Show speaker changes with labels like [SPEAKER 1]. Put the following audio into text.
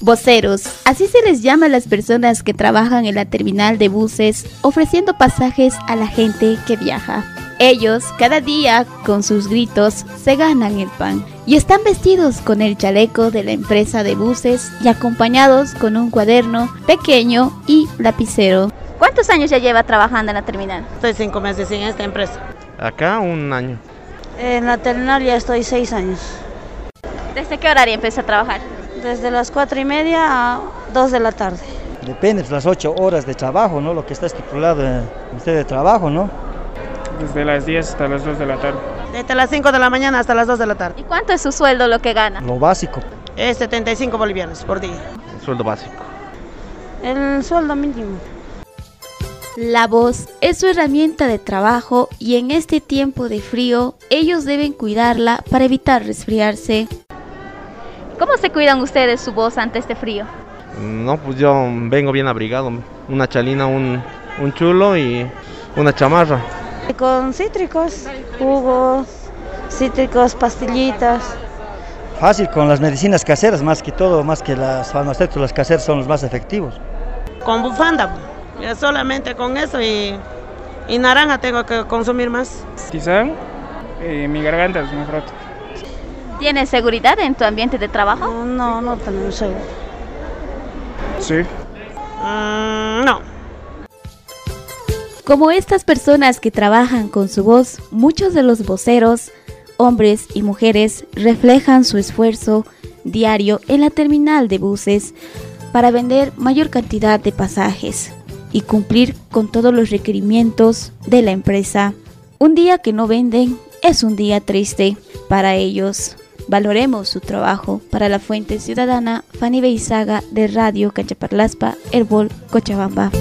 [SPEAKER 1] Voceros, así se les llama a las personas que trabajan en la terminal de buses ofreciendo pasajes a la gente que viaja. Ellos, cada día, con sus gritos, se ganan el pan y están vestidos con el chaleco de la empresa de buses y acompañados con un cuaderno pequeño y lapicero. ¿Cuántos años ya lleva trabajando en la terminal?
[SPEAKER 2] Estoy cinco meses en esta empresa.
[SPEAKER 3] Acá un año.
[SPEAKER 2] En la terminal ya estoy seis años.
[SPEAKER 1] ¿Desde qué horario empieza a trabajar?
[SPEAKER 2] Desde las cuatro y media a dos de la tarde.
[SPEAKER 4] Depende, pues, las ocho horas de trabajo, ¿no? Lo que está estipulado en usted de trabajo, ¿no?
[SPEAKER 5] Desde las 10 hasta las 2 de la tarde.
[SPEAKER 2] Desde las 5 de la mañana hasta las 2 de la tarde.
[SPEAKER 1] ¿Y cuánto es su sueldo lo que gana?
[SPEAKER 4] Lo básico.
[SPEAKER 2] Es 75 bolivianos por día.
[SPEAKER 3] El sueldo básico.
[SPEAKER 2] El sueldo mínimo.
[SPEAKER 1] La voz es su herramienta de trabajo y en este tiempo de frío ellos deben cuidarla para evitar resfriarse. ¿Cómo se cuidan ustedes su voz ante este frío?
[SPEAKER 3] No, pues yo vengo bien abrigado. Una chalina, un, un chulo y una chamarra.
[SPEAKER 2] Con cítricos, jugos, cítricos, pastillitas.
[SPEAKER 4] Fácil, con las medicinas caseras, más que todo, más que las farmacéuticas, las caseras son los más efectivos.
[SPEAKER 2] Con bufanda, pues. ya solamente con eso y, y naranja tengo que consumir más.
[SPEAKER 5] Quizá eh, mi garganta es muy rota.
[SPEAKER 1] ¿Tienes seguridad en tu ambiente de trabajo?
[SPEAKER 2] No, no, no tenemos seguro.
[SPEAKER 5] Sí.
[SPEAKER 2] Mm, no.
[SPEAKER 1] Como estas personas que trabajan con su voz, muchos de los voceros, hombres y mujeres, reflejan su esfuerzo diario en la terminal de buses para vender mayor cantidad de pasajes y cumplir con todos los requerimientos de la empresa. Un día que no venden es un día triste para ellos. Valoremos su trabajo para la Fuente Ciudadana Fanny Beizaga de Radio Cachaparlaspa, Herbol, Cochabamba.